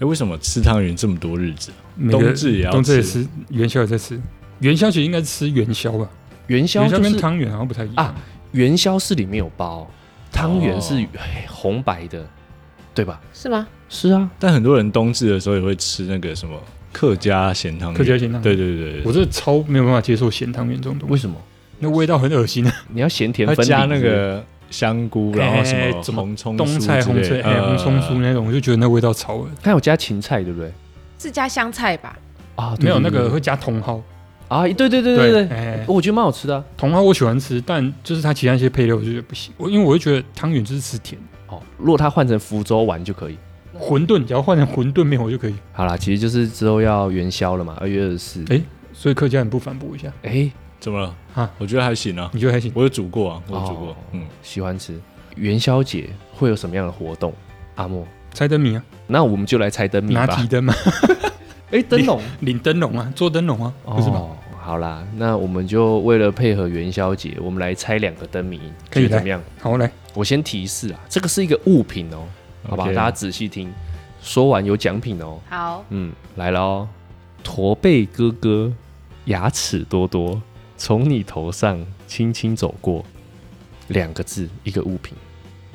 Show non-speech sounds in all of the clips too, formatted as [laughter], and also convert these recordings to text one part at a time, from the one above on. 哎，为什么吃汤圆这么多日子？每个冬至也要冬至也吃吃，元宵也在吃。元宵节应该是吃元宵吧？元宵元宵就跟是汤圆好像不太一样啊元宵是里面有包，汤圆是哦哎红白的，对吧？是吗？是啊，但很多人冬至的时候也会吃那个什么客家咸汤圆。客家咸汤圆对对对对我这超没有办法接受咸汤圆这种东西，为什么？那味道很恶心啊！你要咸甜对，分他加离那是不是个香菇，然后哎什怎么么红葱冬菜、酥之红类菜、的哎红葱酥呃那种，我就觉得那味道超恶它有加芹菜，对不对？是加香菜吧？啊，对没有那对对个对会加茼蒿，啊，对对对对对，哎，我觉得蛮好吃的啊。茼蒿我喜欢吃，但就是它其他一些配料我就觉得不行，我因为我就觉得汤圆就是吃甜，哦，如果它换成福州丸就可以。馄饨只要换成馄饨面我就可以，好啦，其实就是之后要元宵了嘛，二月二十四。哎所以客家人不反驳一下，哎，怎么了？啊我觉得还行啊，你觉得还行？我有煮过啊，我有煮哦过。嗯，喜欢吃元宵节会有什么样的活动？阿莫，猜灯谜啊，那我们就来猜灯谜拿吧提。灯嘛， [laughs] 哎，灯笼领灯笼啊，做灯笼啊，不是吗？哦，好啦，那我们就为了配合元宵节，我们来猜两个灯谜，可以觉得来怎么样？好来，我先提示啊，这个是一个物品哦，好吧， OK 大家仔细听，说完有奖品哦。好，嗯，来了哦，驼背哥哥，牙齿多多，从你头上轻轻走过，两个字，一个物品。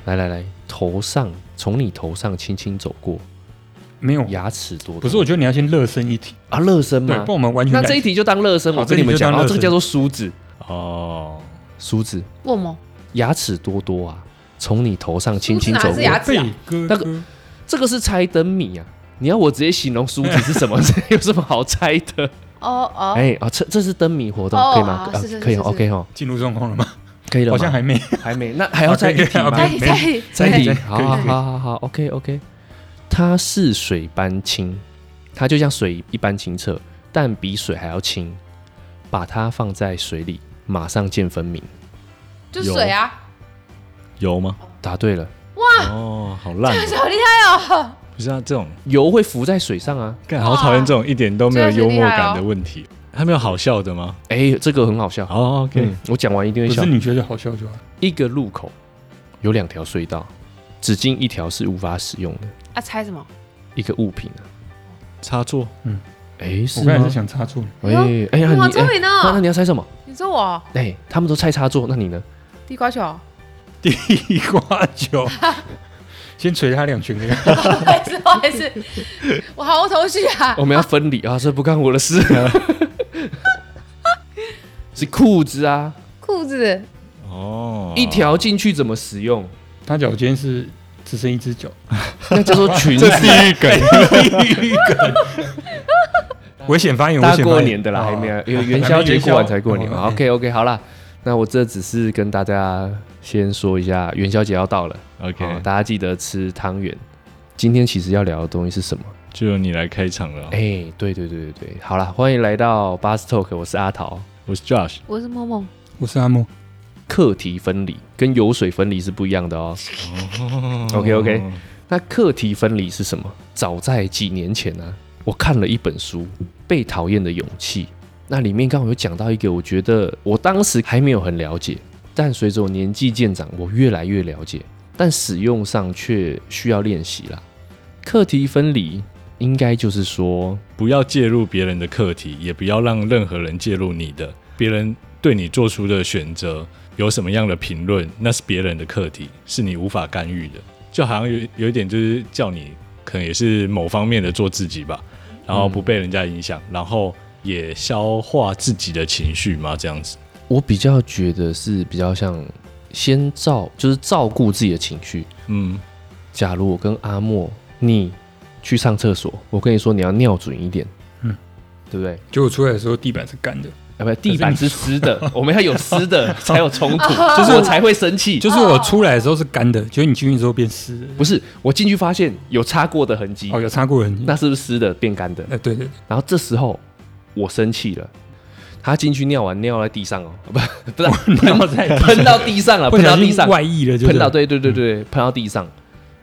来来来，头上从你头上轻轻走过，没有，牙齿多多。不是，我觉得你要先热身一题，啊，热身对，吗不然？我们完全那改这一题就当热身，好我跟你们讲，这然一题就当热后这身个叫做梳子，哦，梳子，问我牙齿多多啊，从你头上轻轻走梳子过哪是。牙齿啊贝哥那哥，这个是猜灯谜啊！你要我直接形容梳子是什么？ [laughs] 这有什么好猜的？哦哦，哎、啊，这这是灯谜活动，哦可以吗？哦啊是是是可以是是，OK 哈，进入状况了吗？可以了好吗？像还没，还没，那还要再一 [laughs] 题吗？ OK，OK，OK 再没再再一可题，以好哎可以好可以好好好，OK OK。它是水般清，它就像水一般清澈，但比水还要清。把它放在水里，马上见分明。就水啊，油吗？答对了，哦，好烂哦，好厉害哦！不是啊，这种油会浮在水上啊。干好讨厌这种一点都没有这个幽很厉默害哦感的问题。还没有好笑的吗？哎、这个很好笑。哦，OK，嗯，我讲完一定会不笑是。你觉得好笑就好。一个路口有两条隧道，只进一条是无法使用的。啊，猜什么？一个物品啊，插座哎、我是刚才是吗？想插错了， [laughs] 哎哎呀，哇，你聪哎，明那那哦！你要猜什么？你说我哎、他们都猜插座，那你呢？地瓜 [laughs] 球，地瓜球，先捶他两拳给他。 [laughs] 还是还是 [laughs] 我毫无头绪啊！我们要分离啊，这不干我的事。 [laughs] 是裤子啊，裤子哦，一条进去怎么使用？他脚尖是只剩一只脚， [laughs] 那叫做裙 [laughs] 子这。地狱梗，危险发言，危大险过发言年的啦，还没有哦有元宵节过完才过年啊嘛。哦 OK OK，好啦，那我这只是跟大家先说一下，元宵节要到了 OK 哦大家记得吃汤圆。今天其实要聊的东西是什么？就由你来开场了哎、。对对对对对，好啦，欢迎来到 Bus Talk，我是阿桃。我是 Josh，我是梦梦，我是阿莫，课题分离跟油水分离是不一样的哦。OK OK，那嗯课题分离是什么？早在几年前呢、我看了一本书《被讨厌的勇气》，那里面刚好有讲到一个，我觉得我当时还没有很了解，但随着我年纪渐长，我越来越了解，但使用上却需要练习啦。课题分离应该就是说，不要介入别人的课题，也不要让任何人介入你的。别人对你做出的选择有什么样的评论，那是别人的课题，是你无法干预的。就好像有有一点就是叫你，可能也是某方面的做自己吧，嗯然后不被人家影响，然后也消化自己的情绪嘛，这样子。我比较觉得是比较像先照，就是照顾自己的情绪，嗯，假如我跟阿莫，你去上厕所，我跟你说你要尿准一点，嗯嗯，对不对？结果出来的时候地板是干的，啊，不，地板是湿 [laughs] 的，我们要有湿的才有冲突，就是我才会生气。哦就是我出来的时候是干的，结果你进去之后变湿的。不是我进去发现有擦过的痕迹，哦，有擦过人，那是不是湿的变干的？呃，对对，对然后这时候我生气了，他进去尿完尿在地上哦，不不是 [laughs] 尿在地上 [laughs] 喷到地上了，不啊喷到小地心上，外溢了，就喷是到对对对对，喷到地上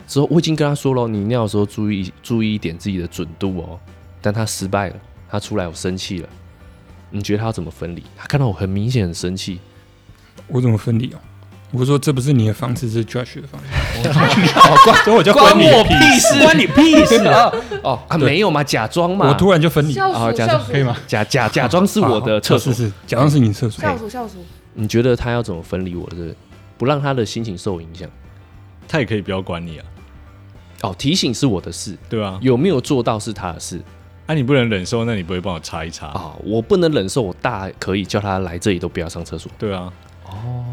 之后，我已经跟他说了，你尿的时候注意注意一点自己的准度哦。但他失败了，他出来我生气了。你觉得他要怎么分离？他看到我很明显很生气，我怎么分离哦？我说这不是你的方式，是 Josh 的方式。所以我就关你我屁屁事，关你屁事啊！哦啊，对没有嘛，假装嘛，我突然就分离，笑啊鼠假笑装鼠可以吗？假假假装是我的厕所。是是，假装是你厕所。笑鼠笑鼠，你觉得他要怎么分离我的？不让他的心情受影响。他也可以不要管你啊，哦，提醒是我的事，对啊，有没有做到是他的事啊，你不能忍受，那你不会帮我擦一擦？啊、我不能忍受，我大可以叫他来这里都不要上厕所。对啊，哦，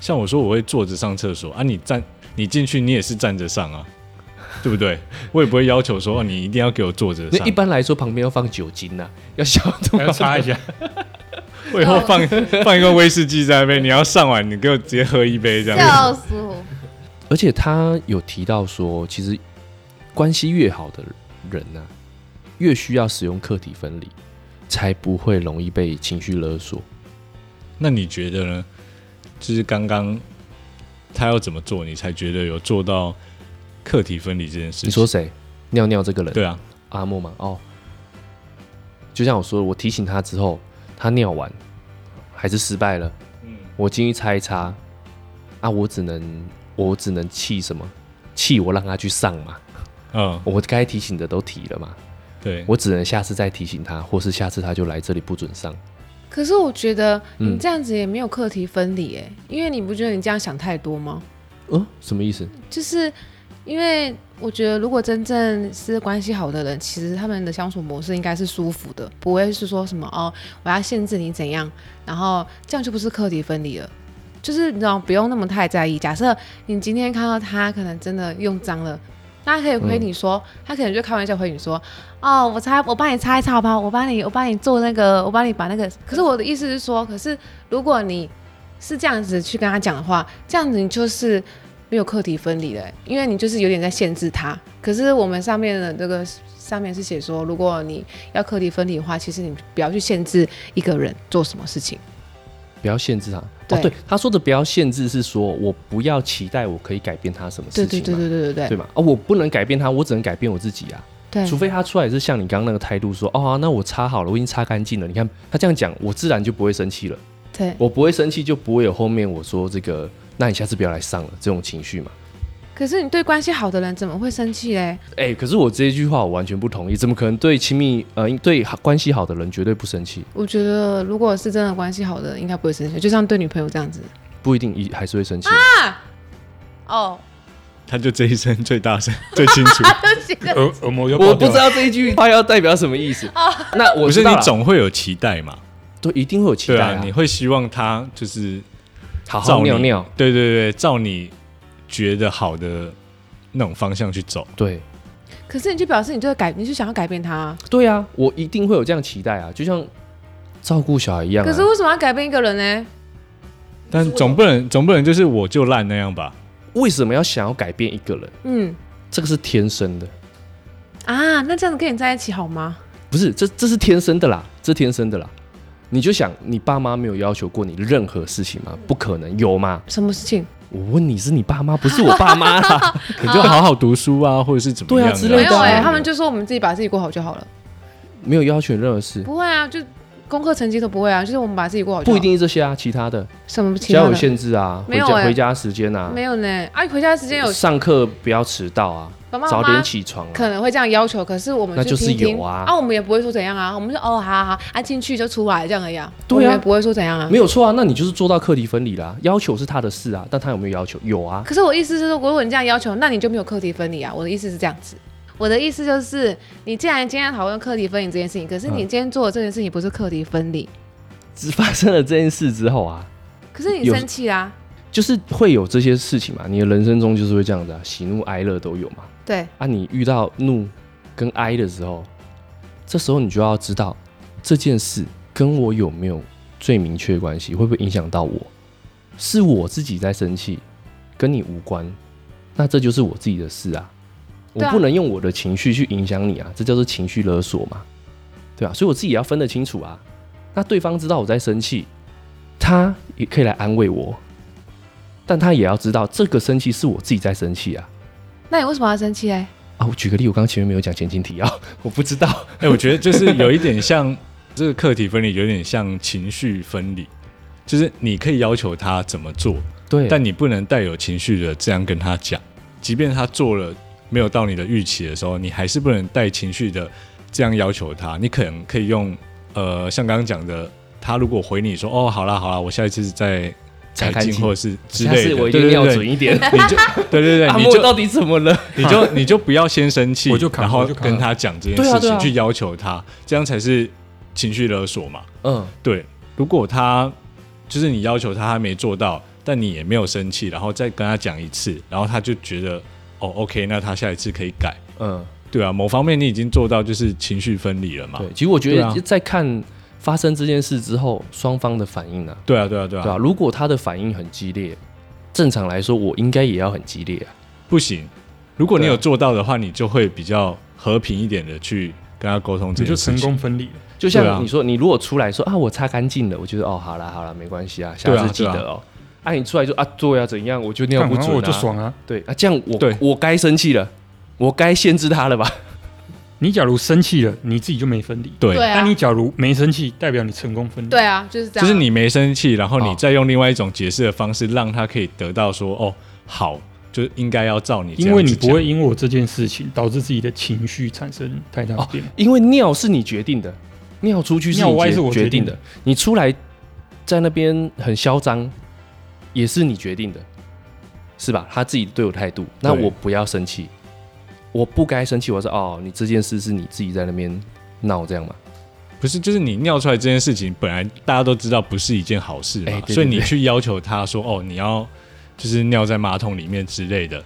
像我说我会坐着上厕所啊，你站你进去你也是站着上啊，对不对？我也不会要求说、哦、你一定要给我坐着那上一，般来说旁边要放酒精呐、 [laughs] 要消毒啊还。要擦哎一下，我以后哦放放一罐威士忌在那边，你要上完你给我直接喝一杯这样。笑鼠，而且他有提到说，其实关系越好的人呢、越需要使用客体分离，才不会容易被情绪勒索。那你觉得呢？就是刚刚他要怎么做，你才觉得有做到课题分离这件事情？你说谁？尿尿这个人，对啊，阿莫嘛，哦，就像我说的，我提醒他之后，他尿完还是失败了。嗯我进去擦一擦，啊，我只能我只能气什么？气我让他去上嘛，嗯，我该提醒的都提了嘛，对，我只能下次再提醒他，或是下次他就来这里不准上。可是我觉得嗯你这样子也没有课题分离哎、因为你不觉得你这样想太多吗？嗯，什么意思？就是因为我觉得，如果真正是关系好的人，其实他们的相处模式应该是舒服的，不会是说什么哦，我要限制你怎样，然后这样就不是课题分离了。就是你知道，不用那么太在意。假设你今天看到他可能真的用脏了，那他可以回你说，他可能就开玩笑回你说，哦，我擦，我帮你擦一擦好不好？我帮你，我帮你做那个，我帮你把那个。可是我的意思是说，可是如果你是这样子去跟他讲的话，这样子你就是没有课题分离的欸，因为你就是有点在限制他。可是我们上面的这个上面是写说，如果你要课题分离的话，其实你不要去限制一个人做什么事情。不要限制他。哦，对对，他说的不要限制是说我不要期待我可以改变他什么对事情对嘛，对对对对对嘛？哦，我不能改变他，我只能改变我自己啊。对除对非他出来是像你刚刚那个态度说，哦、啊那我擦好了，我已经擦干净了。你看他这样讲，我自然就不会生气了。对。我不会生气，就不会有后面我说这个，那你下次不要来上了这种情绪嘛。可是你对关系好的人怎么会生气嘞？哎、可是我这一句话我完全不同意，怎么可能对亲密呃对关系好的人绝对不生气？我觉得如果是真的关系好的，应该不会生气，就像对女朋友这样子。不一定一还是会生气。哦，他就这一声最大声、最清楚。耳耳膜又爆我不掉知了。道这一句话要代表什么意 [laughs] 思。啊那 [laughs] 我不知是道你了总会有期待嘛？对一定会有期对待啊，啊你，会希望他就是好照好你尿尿。，对对对，照你觉得好的那种方向去走。对 [laughs] 可是你就表示你就改，你就想要改变他啊、对啊，我一定会有这样期待啊，就像照顾小孩一样、啊。可是为什么要改变一个人呢？但总不能总不能就是我就烂那样吧？为什么要想要改变一个人？嗯这个是天生的，啊，那这样子跟你在一起好吗？不是这这是天生的啦，这是天生的啦。你就想，你爸妈没有要求过你任何事情吗？不可能有吗？什么事情？我问你是你爸妈，不是我爸妈 [laughs] 啦。你就好好读书啊，或者是怎么啊对啊样的之没类的有啊哎、他们就说我们自己把自己过好就好了。没有要求你任何事，不会啊，就功课成绩都不会啊，就是我们把自己过好就好。不一定是这些啊，其他的什么其家他有的，限制啊，回没有家、欸回家时间啊，没有呢。啊，回家时间有上课不要迟到啊，爸爸妈早妈点起床啊。可能会这样要求，可是我们那就是听听有啊啊，我们也不会说怎样啊，我们说哦，好好好，啊进去就出来这样而已啊，对啊我们也不会说怎样啊没。有错啊，那你就是做到课题分离啦。要求是他的事啊，但他有没有要求？有啊， [laughs] 可是我意思是说，如果你这样要求，那你就没有课题分离啊。我的意思是这样子，我的意思就是，你既然今天讨论课题分离这件事情，可嗯是你今天做的这件事情不是课题分离，只发生了这件事之后啊，可是你有生气啊啦、就是会有这些事情嘛。你的人生中就是会这样子啊，喜怒哀乐都有嘛。对，啊，你遇到怒跟哀的时候，这时候你就要知道这件事跟我有没有最明确关系，会不会影响到我？是我自己在生气，跟你无关，那这就是我自己的事啊。我对啊不能用我的情绪去影响你啊，这叫做情绪勒索嘛，对啊吧、所以我自己也要分得清楚啊。那对方知道我在生气，他也可以来安慰我，但他也要知道这个生气是我自己在生气啊。那你为什么要生气欸嘞？啊，我举个例，我刚刚前面没有讲前情提要，我不知 [laughs] 道。哎、我觉得就是有一点像这个课题分离，有点像情绪分离，就是你可以要求他怎么做，对，但你不能带有情绪的这样跟他讲，即便他做了没有到你的预期的时候，你还是不能带情绪的这样要求他。你可能可以用呃，像刚刚讲的，他如果回你说哦，好啦好啦，我下一次再再改看进，清或者是之下类次的，对我一定对要对，准一点。你就对 [laughs] 对对，阿你莫到就底怎么 [laughs] 了？你就你就不要先生气，我就扛然后我就扛跟他讲这件对啊事对啊情，去要求他，这样才是情绪勒索嘛。嗯，对，如果他就是你要求他，他没做到，但你也没有生气，然后再跟他讲一次，然后他就觉得哦，OK，那他下一次可以改。嗯，对啊，某方面你已经做到就是情绪分离了嘛对。。其实我觉对啊得在看发生这件事之后，双方的反应呢、对啊，对啊，对啊，啊，对吧、如果他的反应很激烈，正常来说我应该也要很激烈啊。不行。如果你对啊有做到的话，你就会比较和平一点的去跟他沟通这你就件事成情。功分离了。就对啊像你说，你如果出来说啊，我擦干净了，我觉得哦，好啦好啦，没关系啊，下对啊次记对啊得哦。啊，你出来就啊，对啊，怎样，我就尿看不完准、啊，我就爽啊！对啊，这样我对我该生气了，我该限制他了吧？你假如生气了，你自己就没分离。对，对那啊你，假如没生气，代表你成功分离。对啊，就是这就样啊。是你没生气，然后你哦再用另外一种解释的方式，让他可以得到说哦，好，就应该要照你这样因为你子不讲会因为我这件事情导致自己的情绪产生太大的变化。因为尿是你决定的，尿出去是尿你歪决是我决决定定的的，你出来在那边很嚣张，也是你决定的，是吧？他自己对我态度，那对我不要生气，我不该生气。我说哦，你这件事是你自己在那边闹这样嘛？不是，就是你尿出来这件事情，本来大家都知道不是一件好事嘛，哎对对所以你对去要求他说：“哦，你要就是尿在马桶里面之类的。”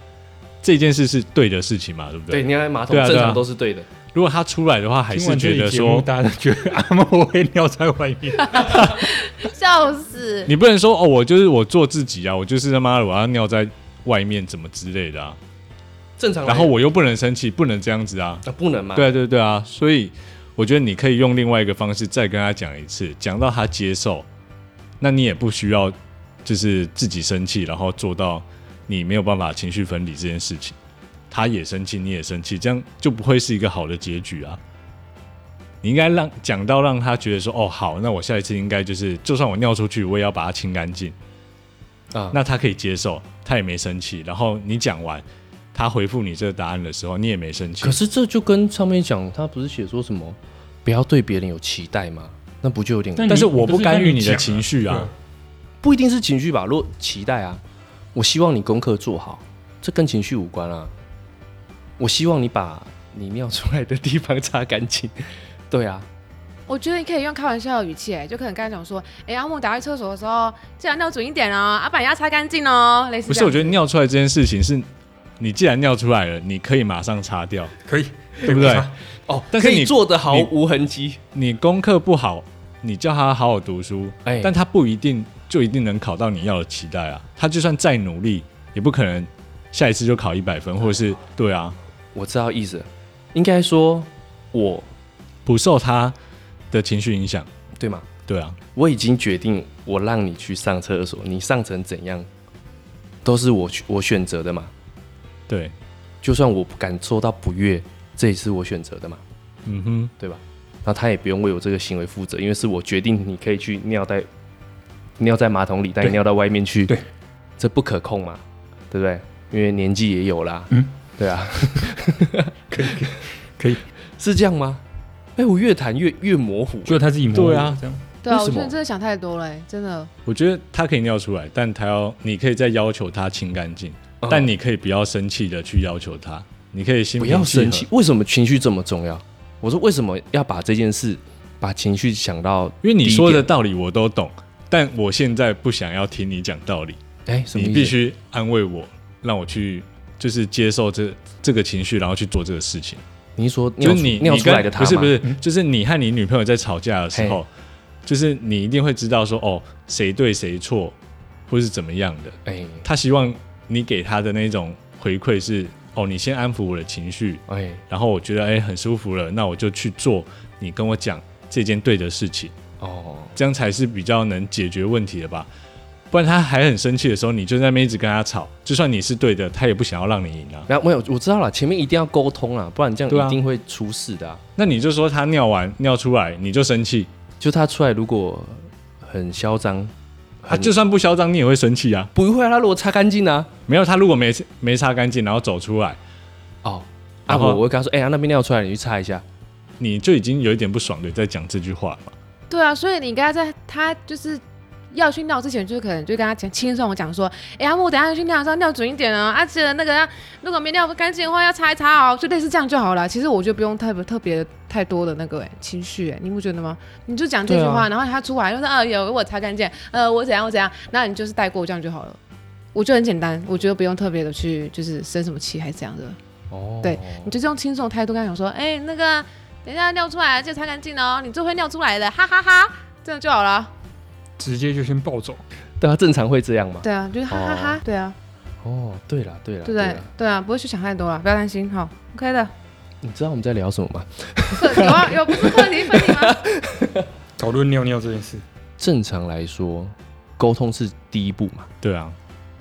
这件事是对的事情嘛，对不对？对，尿在马桶对啊正对常啊都是对的。如果他出来的话，还听是完这觉期得节目说大家都觉得阿莫会尿在外面。笑死，你不能说哦，我就是我做自己啊，我就是他妈的我要尿在外面怎么之类的啊，正常来，然后我又不能生气，不能这样子啊，啊不能嘛？对啊对对啊，所以我觉得你可以用另外一个方式再跟他讲一次，讲到他接受，那你也不需要就是自己生气，然后做到你没有办法情绪分离这件事情，他也生气，你也生气，这样就不会是一个好的结局啊。你应该让讲到让他觉得说哦好，那我下一次应该就是，就算我尿出去，我也要把它清干净。啊，那他可以接受，他也没生气。然后你讲完，他回复你这个答案的时候，你也没生气可。是这就跟上面讲，他不是写说什么不要对别人有期待吗？那不就有点但但是你我不不是干跟预你你的讲情绪啊对。不一定是情绪吧？如果期待啊，我希望你功课做好，这跟情绪无关啊。我希望你把你尿出来的地方擦干净。 [laughs] 对啊，我觉得你可以用开玩笑的语气，哎就可能刚才讲说，哎，阿木打开厕所的时候，记得尿准一点哦，阿板要擦干净哦，类似不这是，样我觉得尿出来这件事情是，你既然尿出来了，你可以马上擦掉，可以，对啊不对？哦，但是可你以做得毫你无痕迹。你功课不好，你叫他好好读书，哎但他不一定就一定能考到你要的期待啊。他就算再努力，也不可能下一次就考一百分，或者是对啊，我知道意思了，应该说我不受他的情绪影响，对吗？对啊，我已经决定，我让你去上厕所，你上成怎样，都是我去我选择的嘛。对，就算我感受到不悦，这也是我选择的嘛。嗯哼，对吧？那他也不用为我这个行为负责，因为是我决定你可以去尿在尿在马桶里，但你对尿到外面去，对，这不可控嘛，对不对？因为年纪也有啦，嗯，对啊， [laughs] 可以，是这样吗？哎、我越谈越越模糊，就他自己模糊对啊这样对啊，为我什么觉得你真的想太多了，哎真的。我觉得他可以尿出来，但他要你可以再要求他清干净，嗯但你可以不要生气的去要求他，你可以心不平要气和生气，为什么情绪这么重要？我说为什么要把这件事，把情绪想到因为你低说的点，道理我都懂，但我现在不想要听你讲道理，哎、什么意你思必须安慰我，让我去就是接受这这个情绪，然后去做这个事情。你是说就尿是你出尿你出跟来的他不是吗嗯不是，就是你和你女朋友在吵架的时候，就是你一定会知道说哦谁对谁错，或是怎么样的。哎、他希望你给他的那种回馈是哦你先安抚我的情绪，哎、然后我觉得哎、很舒服了，那我就去做你跟我讲这件对的事情。哦，这样才是比较能解决问题的吧。不然他还很生气的时候，你就在那边一直跟他吵，就算你是对的，他也不想要让你赢啊。然后没有，我知道了，前面一定要沟通啊，不然这对啊样一定会出事的、啊。那你就说他尿完尿出来，你就生气，就他出来如果很嚣张、他啊就算不嚣张，你也会生气啊。不会啊，他如果擦干净呢？没有，他如果没没擦干净，然后走出来，哦，啊然我后我会跟他说，哎、呀，那边尿出来，你去擦一下。你就已经有一点不爽的在讲这句话嘛。对啊，所以你应该在他就是要去尿之前，就是可能就跟他讲轻松地讲说，哎、阿木，我等一下去尿的时候尿准一点啊，而且那个如果没尿干净的话，要擦一擦哦，就类似这样就好了。其实我觉得不用特别特别太多的那个、哎情绪、哎，你不觉得吗？你就讲这句话，然后他出来就是啊，有我擦干净，呃，我怎样我怎样，那你就是带过这样就好了。我觉得很简单，我觉得不用特别的去就是生什么气还是怎样的，哦，对你就是用轻松的态度跟他讲说，哎、那个等一下尿出来就擦干净哦，你最会尿出来的，哈哈哈这样就好了。直接就先暴走。但他正常会这样吗？对啊，就是哈哈哈，哦对啊，哦，对啦，对啦，对不啦对？对啊，不会去想太多了，不要担心，好，OK 的。你知道我们在聊什么吗？ [laughs] 有啊，有不是克里芬尼吗？讨论尿尿这件事，正常来说，沟通是第一步嘛，对啊，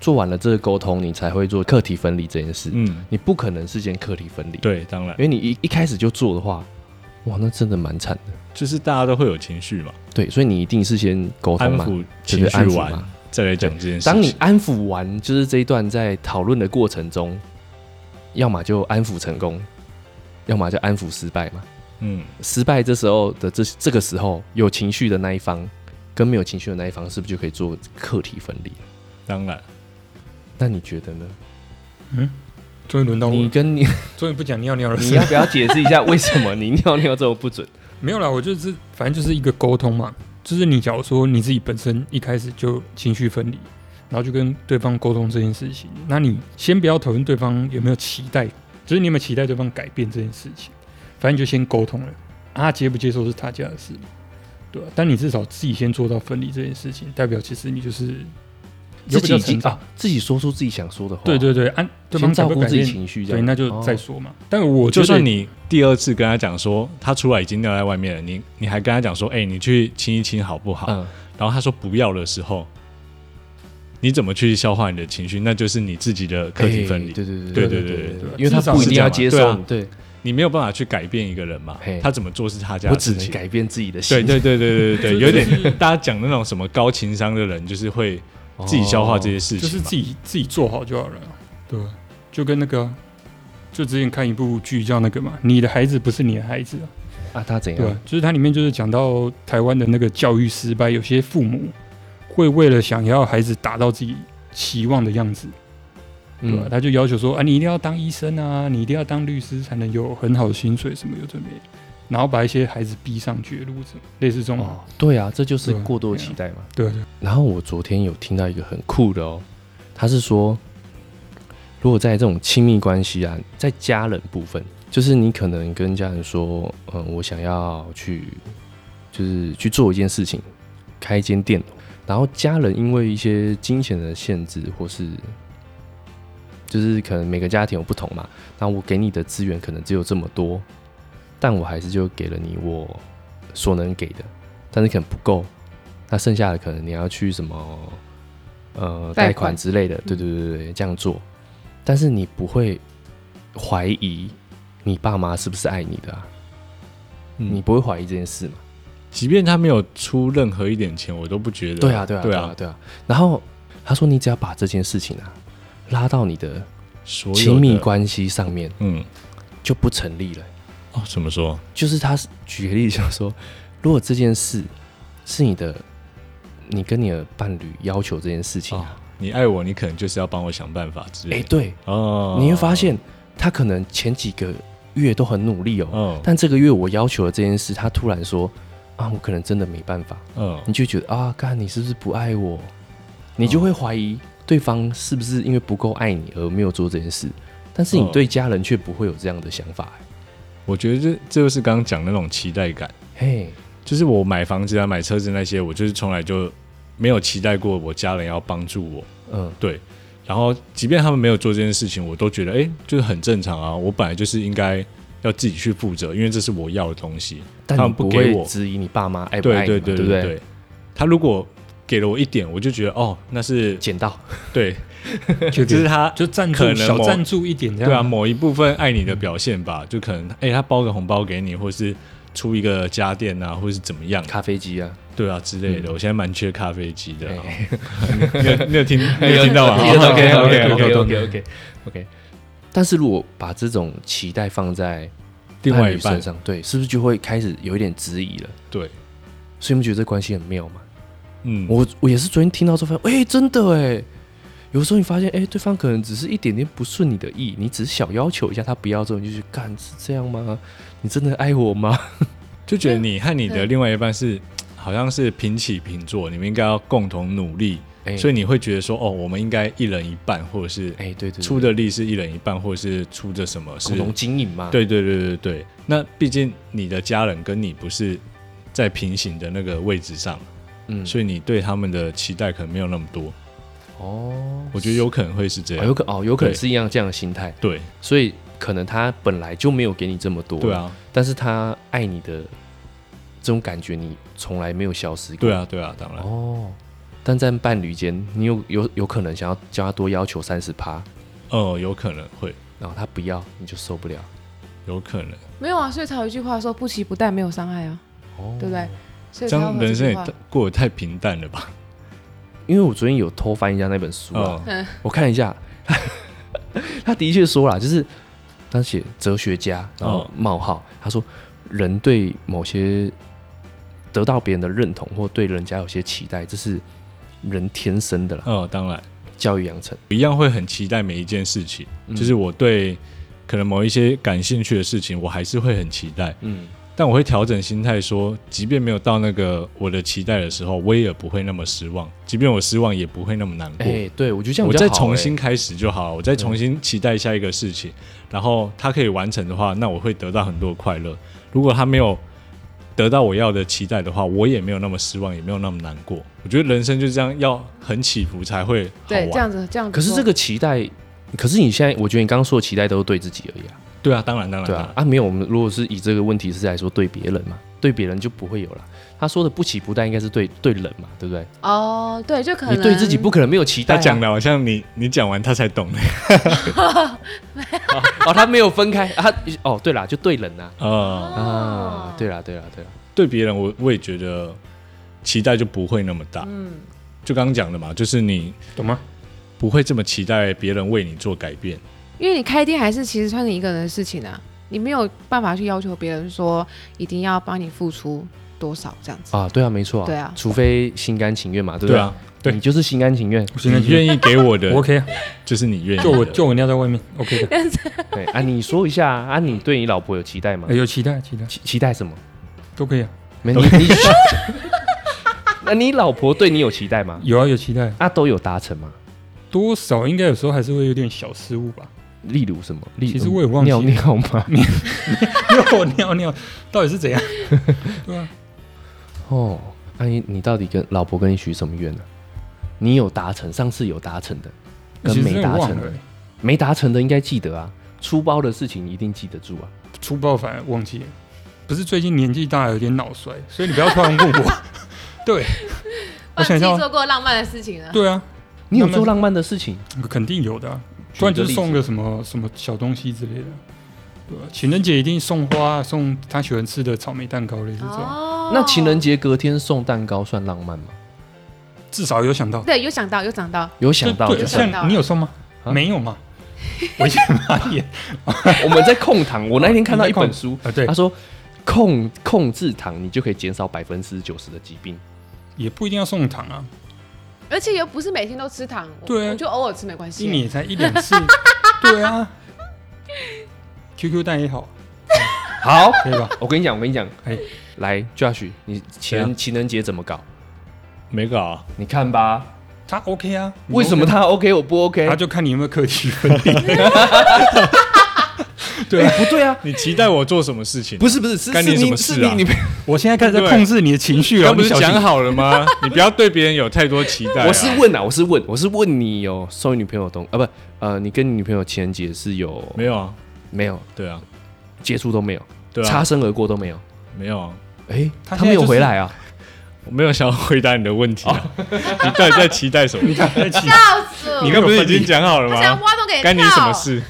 做完了这个沟通，你才会做课题分离这件事。嗯，你不可能事先课题分离，，对，当然因为你一一开始就做的话，哇，那真的蛮惨的。就是大家都会有情绪嘛，对，所以你一定是先沟安通嘛，抚就情是安绪抚完嘛。再来讲这件事情。当你安抚完，就是这一段在讨论的过程中，要么就安抚成功，要么就安抚失败嘛。嗯，失败这时候的这这个时候有情绪的那一方跟没有情绪的那一方，是不是就可以做课题分离了？当然，那你觉得呢？终于轮到我你了，跟 [laughs] 你终于不讲尿尿的你事要。不要解释一下为什么你尿尿这么不准？ [laughs] 没有啦，我就是反正就是一个沟通嘛，就是你假如说你自己本身一开始就情绪分离，然后就跟对方沟通这件事情，那你先不要讨论对方有没有期待，就是你有没有期待对方改变这件事情，反正你就先沟通了，啊，他接不接受是他家的事嘛，对吧、但你至少自己先做到分离这件事情，代表其实你就是有 [laughs] 自比己较已经成长啊，，自己说出自己想说的话，对对对，按、对方先改照不顾改自己变，情绪，这对，样那就再哦说嘛。但我觉就得算你第二次跟他讲说他出来已经尿在外面了，你你还跟他讲说，哎、你去亲一亲好不好？嗯，然后他说不要的时候，你怎么去消化你的情绪？那就是你自己的课题分离，哎对对对对对对对因为他至少不一是定这要样嘛接对受啊你，对你没有办法去改变一个人嘛嘿，他怎么做是他家哎我的只事能情。改变自己的对心，对对对对对， [laughs] 就有就点是大家讲那种什么高情商的人，就是会哦自己消化这些事情嘛，就是自己自己做好就好了，对吧，就跟那个啊，就之前看一部剧叫那个嘛，《你的孩子不是你的孩子》啊，啊，他哎怎对吧样？？就是它里面就是讲到台湾的那个教育失败，有些父母会为了想要孩子达到自己期望的样子，对吧？嗯，他就要求说啊，你一定要当医生啊，你一定要当律师才能有很好的薪水，什么有这没的，然后把一些孩子逼上绝路，什么类似这种，哦，对啊，这就是对啊过多的对啊期待嘛。对对，然后我昨天有听到一个很酷的哦，他是说，如果在这种亲密关系啊，在家人部分，就是你可能跟家人说，嗯，我想要去，就是去做一件事情，开一间店，然后家人因为一些金钱的限制，或是就是可能每个家庭有不同嘛，那我给你的资源可能只有这么多，但我还是就给了你我所能给的，但是可能不够，那剩下的可能你要去什么呃贷款贷款之类的，对对对对，这样做，但是你不会怀疑你爸妈是不是爱你的啊？嗯你不会怀疑这件事嘛？啊即便他没有出任何一点钱，我都不觉得。对啊，对啊，对对啊，对啊。然后他说，你只要把这件事情啊拉到你的所有的亲密，关系上面，嗯，就不成立了。哦，怎么说？就是他是举个例子，就是说，如果这件事是你的，你跟你的伴侣要求这件事情哦啊，，你爱我，你可能就是要帮我想办法之哎、类的。对，哦，你会发，现他可能前几个月都很努力哦，哦，但这个月我要求的这件事，他突然说啊，我可能真的没办法，嗯，你就觉得啊，干你是不是不爱我？你就会怀疑对方是不是因为不够爱你而没有做这件事，但是你嗯对家人却不会有这样的想法、欸我觉得这这就是刚刚讲那种期待感，嘿，就是我买房子啊、买车子那些，我就是从来就没有期待过我家人要帮助我。嗯，对，然后即便他们没有做这件事情，我都觉得哎，就是很正常啊。我本来就是应该要自己去负责，因为这是我要的东西。但他你们不不给会我质疑你爸妈爱哎不爱对你嘛，对对不对对，他如果给了我一点，我就觉得哦，那 [laughs] 是捡到，对， [laughs] 就就是给他就赞可助能小某赞助一点这对啊样，某一部分爱你的表现吧，就可能哎、他包个红包给你，或是出一个家电啊，或是怎么样，咖啡机啊，对啊之类的。我现在蛮缺咖啡机的啊。哎你有你有听你有 [laughs] 听到啊 [laughs] 吗 [laughs] OK OK OK， OK 懂 OK OK OK。但是如果把这种期待放在另伴外一侣身半上，对，是不是就会开始有一点质疑了？对，所以你们觉得这关系很妙吗？嗯，我我也是昨天听到之后发现，哎、真的哎，有时候你发现，哎、对方可能只是一点点不顺你的意，你只是小要求一下，他不要之后，你就觉得，干是这样吗？你真的爱我吗？就觉得你和你的对另外一半是好像是平起平坐，你们应该要共同努力，哎所以你会觉得说，哦，我们应该一人一半，或者是哎、对对对，出的力是一人一半，或者是出的什么是共同经营嘛，，对对对对对，那毕竟你的家人跟你不是在平行的那个位置上，嗯，所以你对他们的期待可能没有那么多。哦，我觉得有可能会是这啊有样。可哦，有可能对是一样这样的心态，对所以可能他本来就没有给你这么多，对，啊，但是他爱你的这种感觉，你从来没有消失过，对啊，对啊，当然，哦，但在伴侣间，你有有有可能想要叫他多要求三十趴，哦，有可能会，然后他不要，你就受不了。有可能， [laughs] 没有啊，所以才有一句话说不期不待没有伤害啊，哦对不对？？所以这才样有人这生句也话太。过得太平淡了吧？因为我昨天有偷翻一下那本书啊，哦，嗯，我看了一下， [laughs] 他的确说啦，就是他写哲学家，然后哦冒号，他说人对某些得到别人的认同或对人家有些期待，这是人天生的啦，哦，当然。教育养成。一样会很期待每一件事情，嗯就是我对可能某一些感兴趣的事情，我还是会很期待，嗯，但我会调整心态说，即便没有到那个我的期待的时候，我也不会那么失望，即便我失望也不会那么难过。哎、对我觉得这样我比较再好重哎新开始就好了，我再重新期待下一个事情，然后它可以完成的话，那我会得到很多快乐。如果它没有得到我要的期待的话，我也没有那么失望，也没有那么难过。我觉得人生就这样，要很起伏才会好对，玩。这样子这样子。可是这个期待，可是你现在，我觉得你刚刚说的期待都是对自己而已啊，对啊，当然当然，对当啊然，啊没有，我们如果是以这个问题是来说对别人嘛，对别人就不会有了。他说的不起不待应该是对对人嘛，对不对？哦，对，就可能你对自己不可能没有期待、他啊。讲的好像你你讲完他才懂的。 [laughs] 哦，他没有分开啊，他哦对啦，就对人呐、呃，哦啊，对啦对啦对啦，对别人我我也觉得期待就不会那么大。嗯，就刚刚讲的嘛，就是你懂吗？不会这么期待别人为你做改变。因为你开店还是其实算是一个人的事情啊，你没有办法去要求别人说一定要帮你付出多少这样子。啊对啊没错啊，对啊除非心甘情愿嘛，对不对啊，对你就是心甘情 [laughs] 愿，我现在你愿意给我的我 OK 啊，就是你愿意的。就我就我尿在外面 OK 的，对啊，你说一下啊，你对你老婆有期待吗哎？有期待期待期期 [laughs] 待什么？都可以啊，没你你， [laughs] 那你老婆对你有期待吗？有啊有期待，啊，都有达成吗？多少应该有时候还是会有点小失误吧。 [laughs] 例如什么？例其实我也忘记尿了尿吗？尿尿尿到底是怎样？对啊，哦，阿、姨，你到底跟老婆跟你许什么愿呢、你有达成，上次有达成的，跟其实没真的达忘成了的欸，，没达成的应该记得啊。出包的事情一定记得住啊。粗暴反而忘记了。不是最近年纪大了有点脑衰，所以你不要突然问我。 [laughs] 对，我忘想记一下哦，做过浪漫的事情了。对啊，你有那么做浪漫的事情，肯定有的、啊，举不然个就例是送子个什么什么小东西之类的。对、啊，情人节一定送花，啊送他喜欢吃的草莓蛋糕类似这种，哦那情人节隔天送蛋糕算浪漫吗？至少有想到。对有想到有想到，有想到对就对，算想到像你有送吗？啊没有嘛？ [laughs] 我以前发言我们在控糖，我那天看到一本书，啊，对他，说控控制糖，你就可以减少百分之九十的疾病。也不一定要送糖啊，而且又不是每天都吃糖，我对啊我就偶尔吃没关一系。年也才一两 [laughs] 次，对啊。QQ 蛋也好，好，可以 [laughs] 吧？我跟你讲，我跟你讲，哎，啊来，Josh，你情怎人样情人节怎么搞？没搞啊，你看吧，他 OK 啊？你为什么 OK 他 OK 我不 OK？他就看你有没有客气分离？对啊，不对啊，你期待我做什么事情？不是，是不是，是干你是什么事啊是你你 [laughs] 我现在开始在控制你的情绪了。刚不是你小心讲好了吗？你不要对别人有太多期待啊。我是问啊，我是问，我是问你有送你女朋友东啊不呃，你跟你女朋友情人节是有没有啊？没有对啊，接触都没有，对擦啊，身而过都没有？没有啊，哎，他他现在没有就是回来啊？我没有想要回答你的问题啊。你到底在期待什么？在起笑死我！你刚不是已经讲好了我想哦吗？挖洞给干你什么跳？事？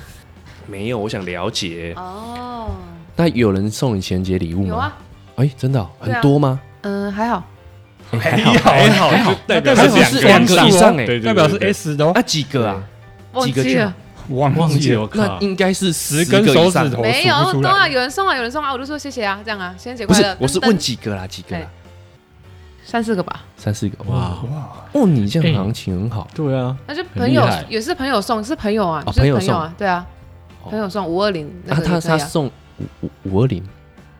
没有，我想了解。哦，那有人送你情人节礼物吗？有啊，哎，真的哦、对啊很多吗？嗯，还好，哎还好，还好还好，代表表是还好是两两个个以上哎、对对对代表是对 S 的哦啊，，几个啊？忘几个啊记券了，忘忘记记了，了我，靠那，应该是十十根个以手上指头我没数不有，出来对啊，有人送啊，有人送啊，我就说谢谢啊，这样啊，情人节不快是乐。，我是噔噔问几个啦，几个啦？三四个吧，三四个哇哇，哇，哦，你这样行情很好，对啊，那就很朋厉友害也是朋友送，是朋友啊，哦就是朋友朋友啊，对啊，哦朋友送五二零那啊，个他也可他以啊，送五五五二零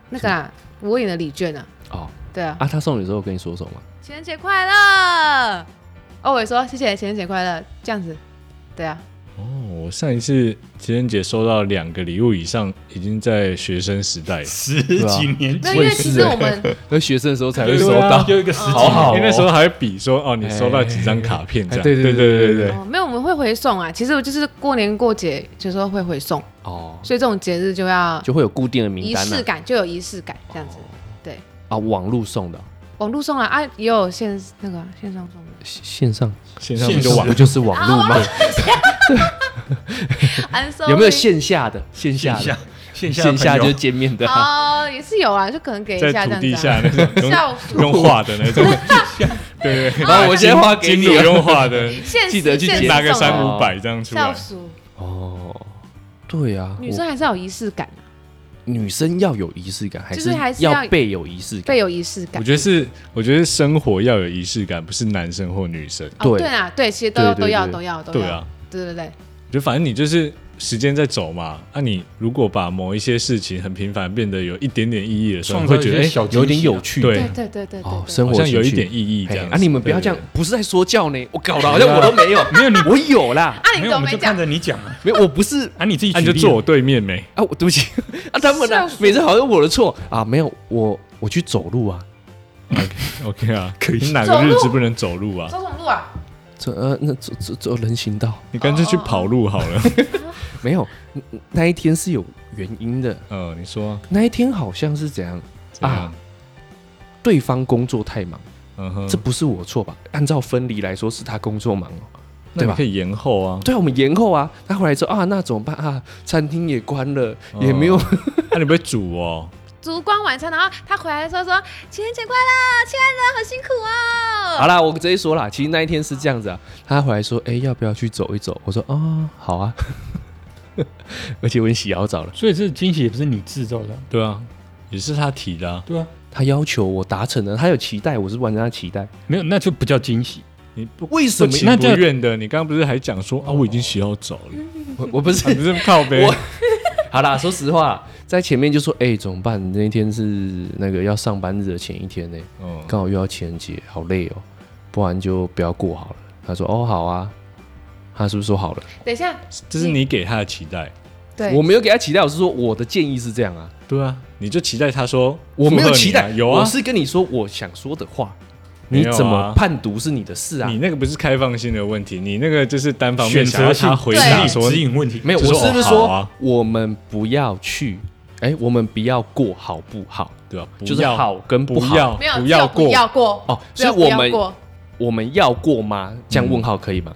那个啊五二零的礼券啊，哦，对啊，啊，他送你的时候跟你说什么吗？情人节快乐。哦，我也说谢谢情人节快乐，这样子，对啊，哦，我上一次情人节收到两个礼物以上，已经在学生时代了，十几几年那因为其实我们 [laughs] 那学生的时候才会收对啊到，有一个十几好好因哦为那时候还会比说哦，你收到几张卡片这哎样，对对对对对对对对，哦，没有，我们会回送啊。其实我就是过年过节有时候会回送，哦，所以这种节日就要就会有固定的名仪单啊式了感，就有仪式感这样子。啊，网络送的网络送啊啊，也有线那个啊线上送的。线线上，线上不线就上网不就是网络吗？哦 I'm [laughs] sorry 有没有？线下的？线下线的下，线下线下的朋就友见面的啊，哦，也是有啊，就可能给一在下这土样子地啊。下那种用下午用画的那种， [laughs] 对对，然后我先花给金你啊主用画的，现记得去现实拿个送啊三五百这样出下来午，数哦，对啊，女生还是要有仪式感啊，我女生要有仪式感，还就是还是要要备有仪式感被？有仪式我感。觉得是，我觉得生活要有仪式感，不是男生或女生，哦对对啊，对，其实都要对对都要对都要都要。对啊，对对对，就反正你就是时间在走嘛，啊，你如果把某一些事情很频繁变得有一点点意义的时候，创你造会一觉得些哎、小有惊喜点啊有趣，对对对对对对哦，对。生好活像有情一趣点意义这嘿样啊！你们不要这样对，不是在说教呢，我搞得好像我都没有，没有你 [laughs] 我有啦，啊，没你有，我都们没就讲看，着你讲啊，没有，我不是啊，你自己那、啊、举你就例坐啊我对面 [laughs] 没？啊，我对不起啊，他们呢、笑死每次好像我的错啊，没有，我我去走路啊， OK 啊，可以你哪个日子不能走路啊？走什么路啊？走呃那走走走人行道，你干脆去跑路好了。没有，嗯嗯那一天是有原因的， [laughs] 呃，你说啊那一天好像是怎样，怎样？对方工作太忙，嗯哼，这不是我错吧？按照分离来说，是他工作忙哦。那对你吧可？以延后啊。对啊，我们延后啊。他回来之后啊，那怎么办啊？餐厅也关了，也没有 [laughs] 哦。那、你不会煮哦？烛光晚餐，然后他回来的时候说：“情人节快乐，亲爱的，好辛苦哦。”好啦，我直接说啦，其实那一天是这样子啊。他回来说，哎、要不要去走一走？我说，啊、好啊。 [laughs] 而且我已经洗好澡了。所以这惊喜也不是你制造的啊，对啊，也是他提的、啊。对啊，他要求我达成了，他有期待，我是完成他的期待。没有，那就不叫惊喜，你不为什不么？情那不这样愿的，你刚刚不是还讲说啊，我已经洗好澡了，我我不啊、你是这么靠背我？ [laughs] 好啦，说实话，在前面就说，哎、怎么办？那一天是那个要上班日的前一天呢、嗯，刚好又要情人节，好累哦，不然就不要过好了。他说，哦，好啊。他是不是说好了？等一下，这是你给他的期待。对，我没有给他期待，我是说我的建议是这样啊，对啊，你就期待他说我附没有和你啊期待，有啊我，是跟你说我想说的话，没你有啊怎么判读是你的事啊你。那个不是开放性的问题，你那个就是单方选面想要择性他回答对说指引问题，没有，就我说是不哦是好说啊我们不要去？哎，我们不要过好不好？对吧、不就是要好跟不不好。要没有不要只有过 [laughs] 不要过哦只有所以我不要们过我们要过吗？这样问号可以吗？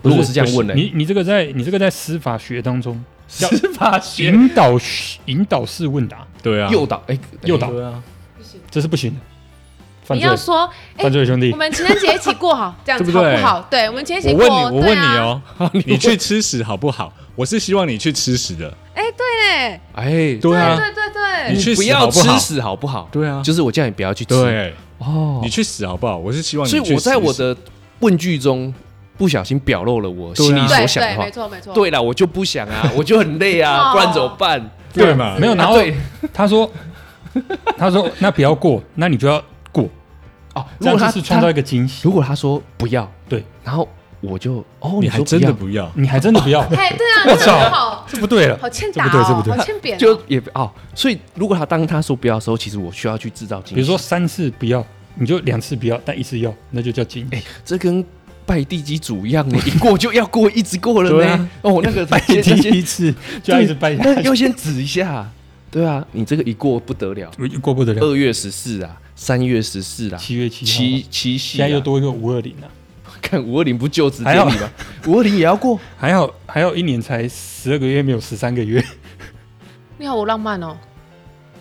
不如果是这样问呢？你你这个在你这个在司法学当中 [laughs] 司法学引导引导式问答，对啊，诱导，哎，诱导对啊，这是不行的，犯你罪要说，哎犯，罪兄弟我，们情人节一起过好，这样子对好不对不好？对，我们情人节我一问你，起过，我问你对啊，哦， [laughs] 你去吃屎好不好？我是希望你去吃屎的，哎，对，哎，对啊，对对对你对，去不死要好吃不好？屎好不好？对啊，就是我叫你不要去吃。对，哦你，去死好不好？我是希望你所去以我在我的问句中不小心表露了我心里你所对啊想的对，话没。错没错，对啦，我就不想啊，我就很累啊，哦不然怎么办？死对嘛没？有，然后啊对他说 [laughs] 他说那不要过，那你就要过，哦，这如果样他就是创造一他个惊喜，如果他说不要，对，然后我就哦，你说还真的不不要，你还真的不要， [laughs] 哎，对啊，我真操的好这不对了，好欠这打不哦，对这不对好欠扁要哦，就也哦，所以如果他当他说不要的时候，其实我需要去制造惊喜。比如说，三次不要，你就两次不要，但一次要，那就叫惊喜。这跟拜地基主一样，你一过就要过，一直过了对呢。啊哦，那个拜先第先一次就要一直拜下那去，要先指一下，对啊，你这个一过不得了，过不得了。二月十四啊，三月十四啊啊，七月七号，七七夕现啊在又多一个五二零啊了，看五二零不就职典还好礼吗？五二零也要过，还好还好，一年才十二个月，没有十三个月。你好，我浪漫哦，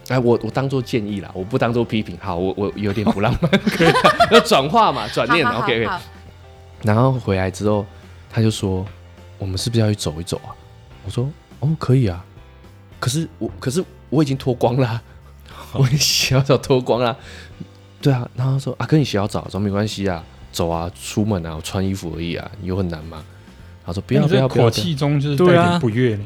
哎，我我当做建议啦，我不当做批评。好，我我有点不 [laughs] 浪漫，可以啦 [laughs] 要转化嘛，转啊念。好好好 OK OK。好然后回来之后，他就说：“我们是不是要去走一走啊？”我说：“哦，可以啊。”可是我，可是我已经脱光了啊、我已经洗好澡脱光了啊。对啊，然后他说：“啊，跟你洗好澡，说没关系啊，走啊，出门啊，我穿衣服而已啊，有很难吗？”他说：“不要你不这要不要，口气中就是对带啊点不悦呢。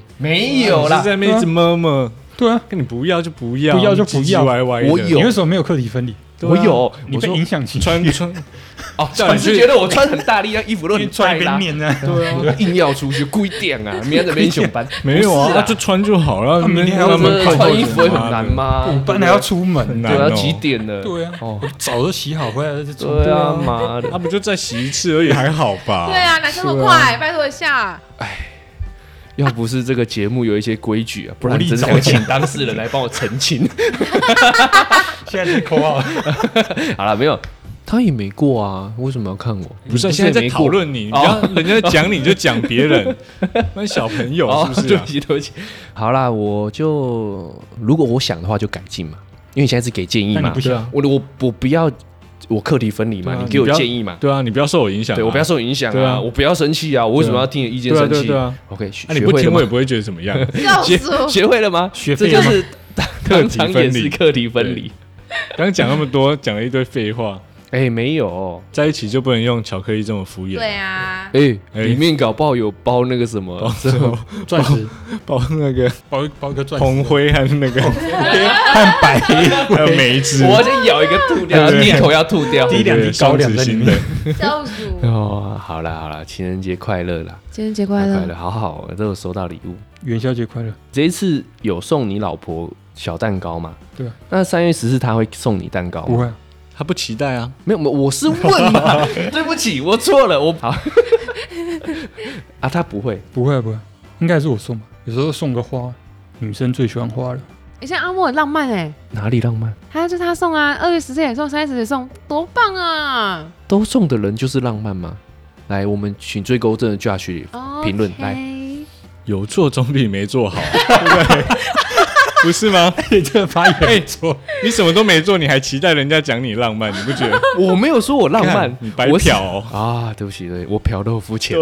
你没嗯是在那边一直摸摸，对啊，跟你不要就不要，不要就不要唧唧歪歪的我有你为什么没有课题分离？对啊我有，你我被说影响情绪，穿穿 [laughs] 哦，叫我你去是觉得我穿很大力，让衣服都因为 [laughs] 很穿带一边啦，念呢。 [laughs] 对啊，硬要出去故意点啊，明天怎么英 [laughs] 雄班？没有不啊，是啊就穿就好了。啊明天还要他我们们扣穿扣衣服会子很难？ [laughs] 吗？补班还要出门很呢。难啊对哦啊，几点了？对啊，哦我澡都洗好回来了就出门。对啊，妈的 [laughs] 他！不就再洗一次而已，还好吧？对，啊，来这么快，拜托一下。要不是这个节目有一些规矩啊，不然无力真的找想请当事人来帮我澄清。现在是口号， [laughs] 好了，没有，他也没过啊，为什么要看我？不是啊你现在也在没过讨论你，你不要人家在讲你你就讲别 [laughs] 人，那小朋友哦，是不是对啊不？起，对不起。好啦，我就如果我想的话就改进嘛，因为你现在是给建议那你嘛不。对想啊？我我我不要我课题分离嘛，对啊你给我你不要建议嘛。对啊，你不要受我影响啊，对我不要受影响对啊，啊我不要生气啊，我为什么要听你意见对啊，生对啊气对啊。 ？OK，学那你不学听会我了也吗不会觉得怎么 [laughs] 样。告学诉学会了吗？学这费就了是课当题场分也离是课题分离。刚讲那么多，讲了一堆废话，哎，没有，在一起就不能用巧克力这么敷衍。对，啊，哎，哎里面搞不好有包那个什么， [laughs] 最后钻石哦包那个 [laughs] 包一包一个钻石，红灰和那个 [laughs] 和白还有梅汁， [laughs] 我得咬一个吐掉，对一口要吐 [laughs] 掉。滴两滴对高双粱在子里星面的。 [laughs] 倒数。哦，好啦好啦，情人节快乐啦！情人节快快乐！乐，好好，我都有收到礼物。元宵节快乐，这一次有送你老婆小蛋糕吗？对啊。那三月十四他会送你蛋糕不吗？会啊，他不期待啊，没有，我是问嘛。对不起，我错了，我好 [laughs] 啊，他不会。不会啊，不会啊，应该是我送吧。有时候送个花，女生最喜欢花了。 [laughs] 哎，像阿莫很浪漫哎，哪里浪漫？他就他送啊，二月十四也送，三月十也送，多棒啊！都送的人就是浪漫吗？来，我们请最高正的 Josh 里哦，评论来来，有做总比没做 [laughs] 好，对不对？不是吗？哎你这个发言错，你什么都没做，你还期待人家讲你浪漫，你不觉得？我没有说我 [laughs] 浪漫看，你白我是嫖哦啊！对不起，对不起我嫖的肤浅。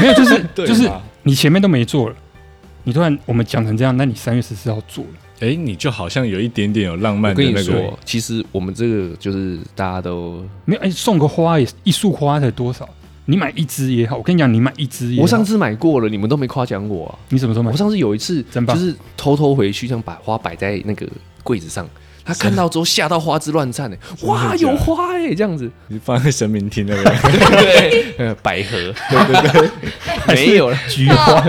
没有，就是 [laughs] 对就是嘛你前面都没做了，你突然我们讲成这样，那你三月十四号做了，哎，你就好像有一点点有浪漫我的跟你那个，说，其实我们这个就是大家都，没有？哎，送个花也一束花才多少？你买一支也好，我跟你讲，你买一支也好。我上次买过了，你们都没夸奖我啊。你什么时候买我？上次有一次，真就棒是偷偷回去，这样把花摆在那个柜子上。他看到之后吓到花枝乱颤哎、哇真的假有的花哎、这样子，你放在神明厅那 [laughs] 边，对，呃 [laughs] 百合，对对对， [laughs] 没有了，菊花。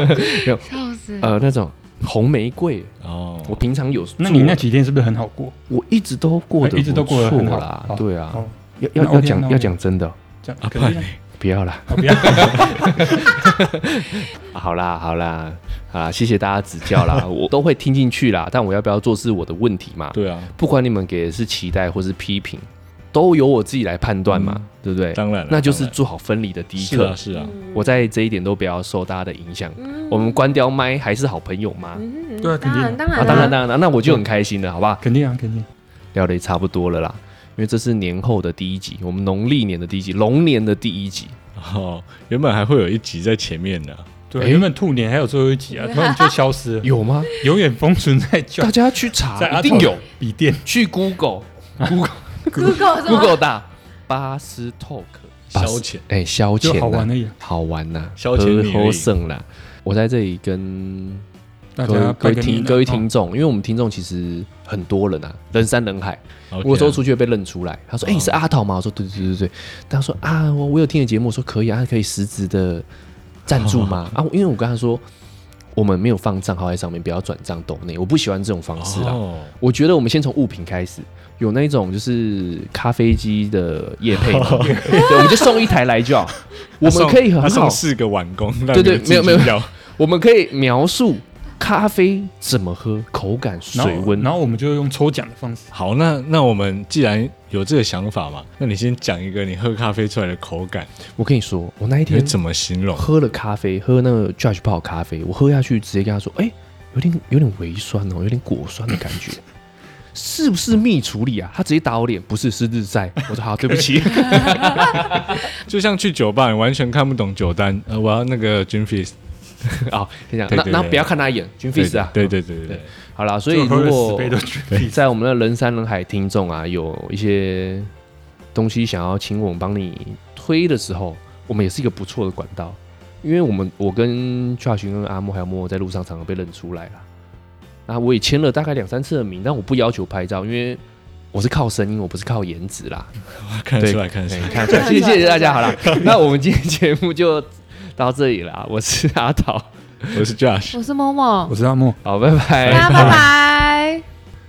笑死！呃那种红玫瑰，哦，我平常有做，那你那几天是不是很好过？哎我哎一直都过得一直都过得不很错好啦好，对啊，好，要要那要 OK，那讲 OK 要讲真的哦，这样啊可以不啊然。不要啦，好不要， [laughs] 好啦，好啦，好啦，谢谢大家指教 [laughs] 啦，我都会听进去啦，但我要不要做是我的问题嘛。对啊，不管你们给的是期待或是批评，都由我自己来判断嘛，对不对？当然了那就是当然做好分离的第一是课啊。是啊，嗯我在这一点都不要受大家的影响。我们关掉麦还是好朋友吗？嗯对啊肯当定然当啊，然当然啦当然，那我就很开心了，好吧？ [laughs] 肯定啊，肯定。聊得也差不多了啦，因为这是年后的第一集，我们农历年的第一集，龙年的第一集。哦，原本还会有一集在前面呢，对啊，诶原本兔年还有最后一集啊，突然就消失了， [laughs] 有吗？永远封存在 [laughs] 就大家去查在，阿一定童有。笔电。去 [laughs] Google Google Google 什么 Google 打巴斯 Talk 消遣，哎、消就遣、好玩而已啊，好玩呐、消遣你而已喝胜啦。我在这里跟大各家位各拜位个年听啊各位哦听众，因为我们听众其实很多人啊，人山人海。 OK 啊我有时候出去会被认出来，哦他说：“哎、你是阿桃吗？”我说：“对对对对对。”他说：“啊，我我有听你节目。”我说：“可以啊，可以实质的赞助吗？”哦啊，因为我跟他说我们没有放账号在上面，不要转账抖内，我不喜欢这种方式啦。哦我觉得我们先从物品开始，有那种就是咖啡机的夜配 [laughs] 嘛，对，我们就送一台来就好。我他们送可以很他送好，四个碗工，对对没有没有有，我们可以描述咖啡怎么喝，口感、然后水温。然后我们就用抽奖的方式，好，那那我们既然有这个想法嘛，那你先讲一个你喝咖啡出来的口感，我跟你说，我那一你会天怎么形容？喝了咖啡，喝那个 Judge [laughs] 泡咖啡，我喝下去直接跟他说，哎、有点有点微酸哦，有点果酸的感觉。是不是密处理啊？他直接打我脸，不是是日晒。我说好，对不 [laughs] 起。就像去酒吧，你完全看不懂酒单，呃，我要那个 gin fizz，啊，先讲，对那对然后对不要看他一眼军 f 对 i 啊，对对对对对，好啦，所以就喝如了十果杯的 g r e 在我们的人山人海听众啊，有一些东西想要请我们帮你推的时候，我们也是一个不错的管道，因为我们我跟 Josh 跟阿莫还有默默在路上常常被认出来啦。那我也签了大概两三次的名，但我不要求拍照，因为我是靠声音，我不是靠颜值啦。看得对出来，看得出对，来。看得出来谢谢谢谢大家，好啦，那我们今天节目就到这里啦。我是阿桃，我是 Josh，我是某某，我是阿莫。好，拜拜。大家拜拜。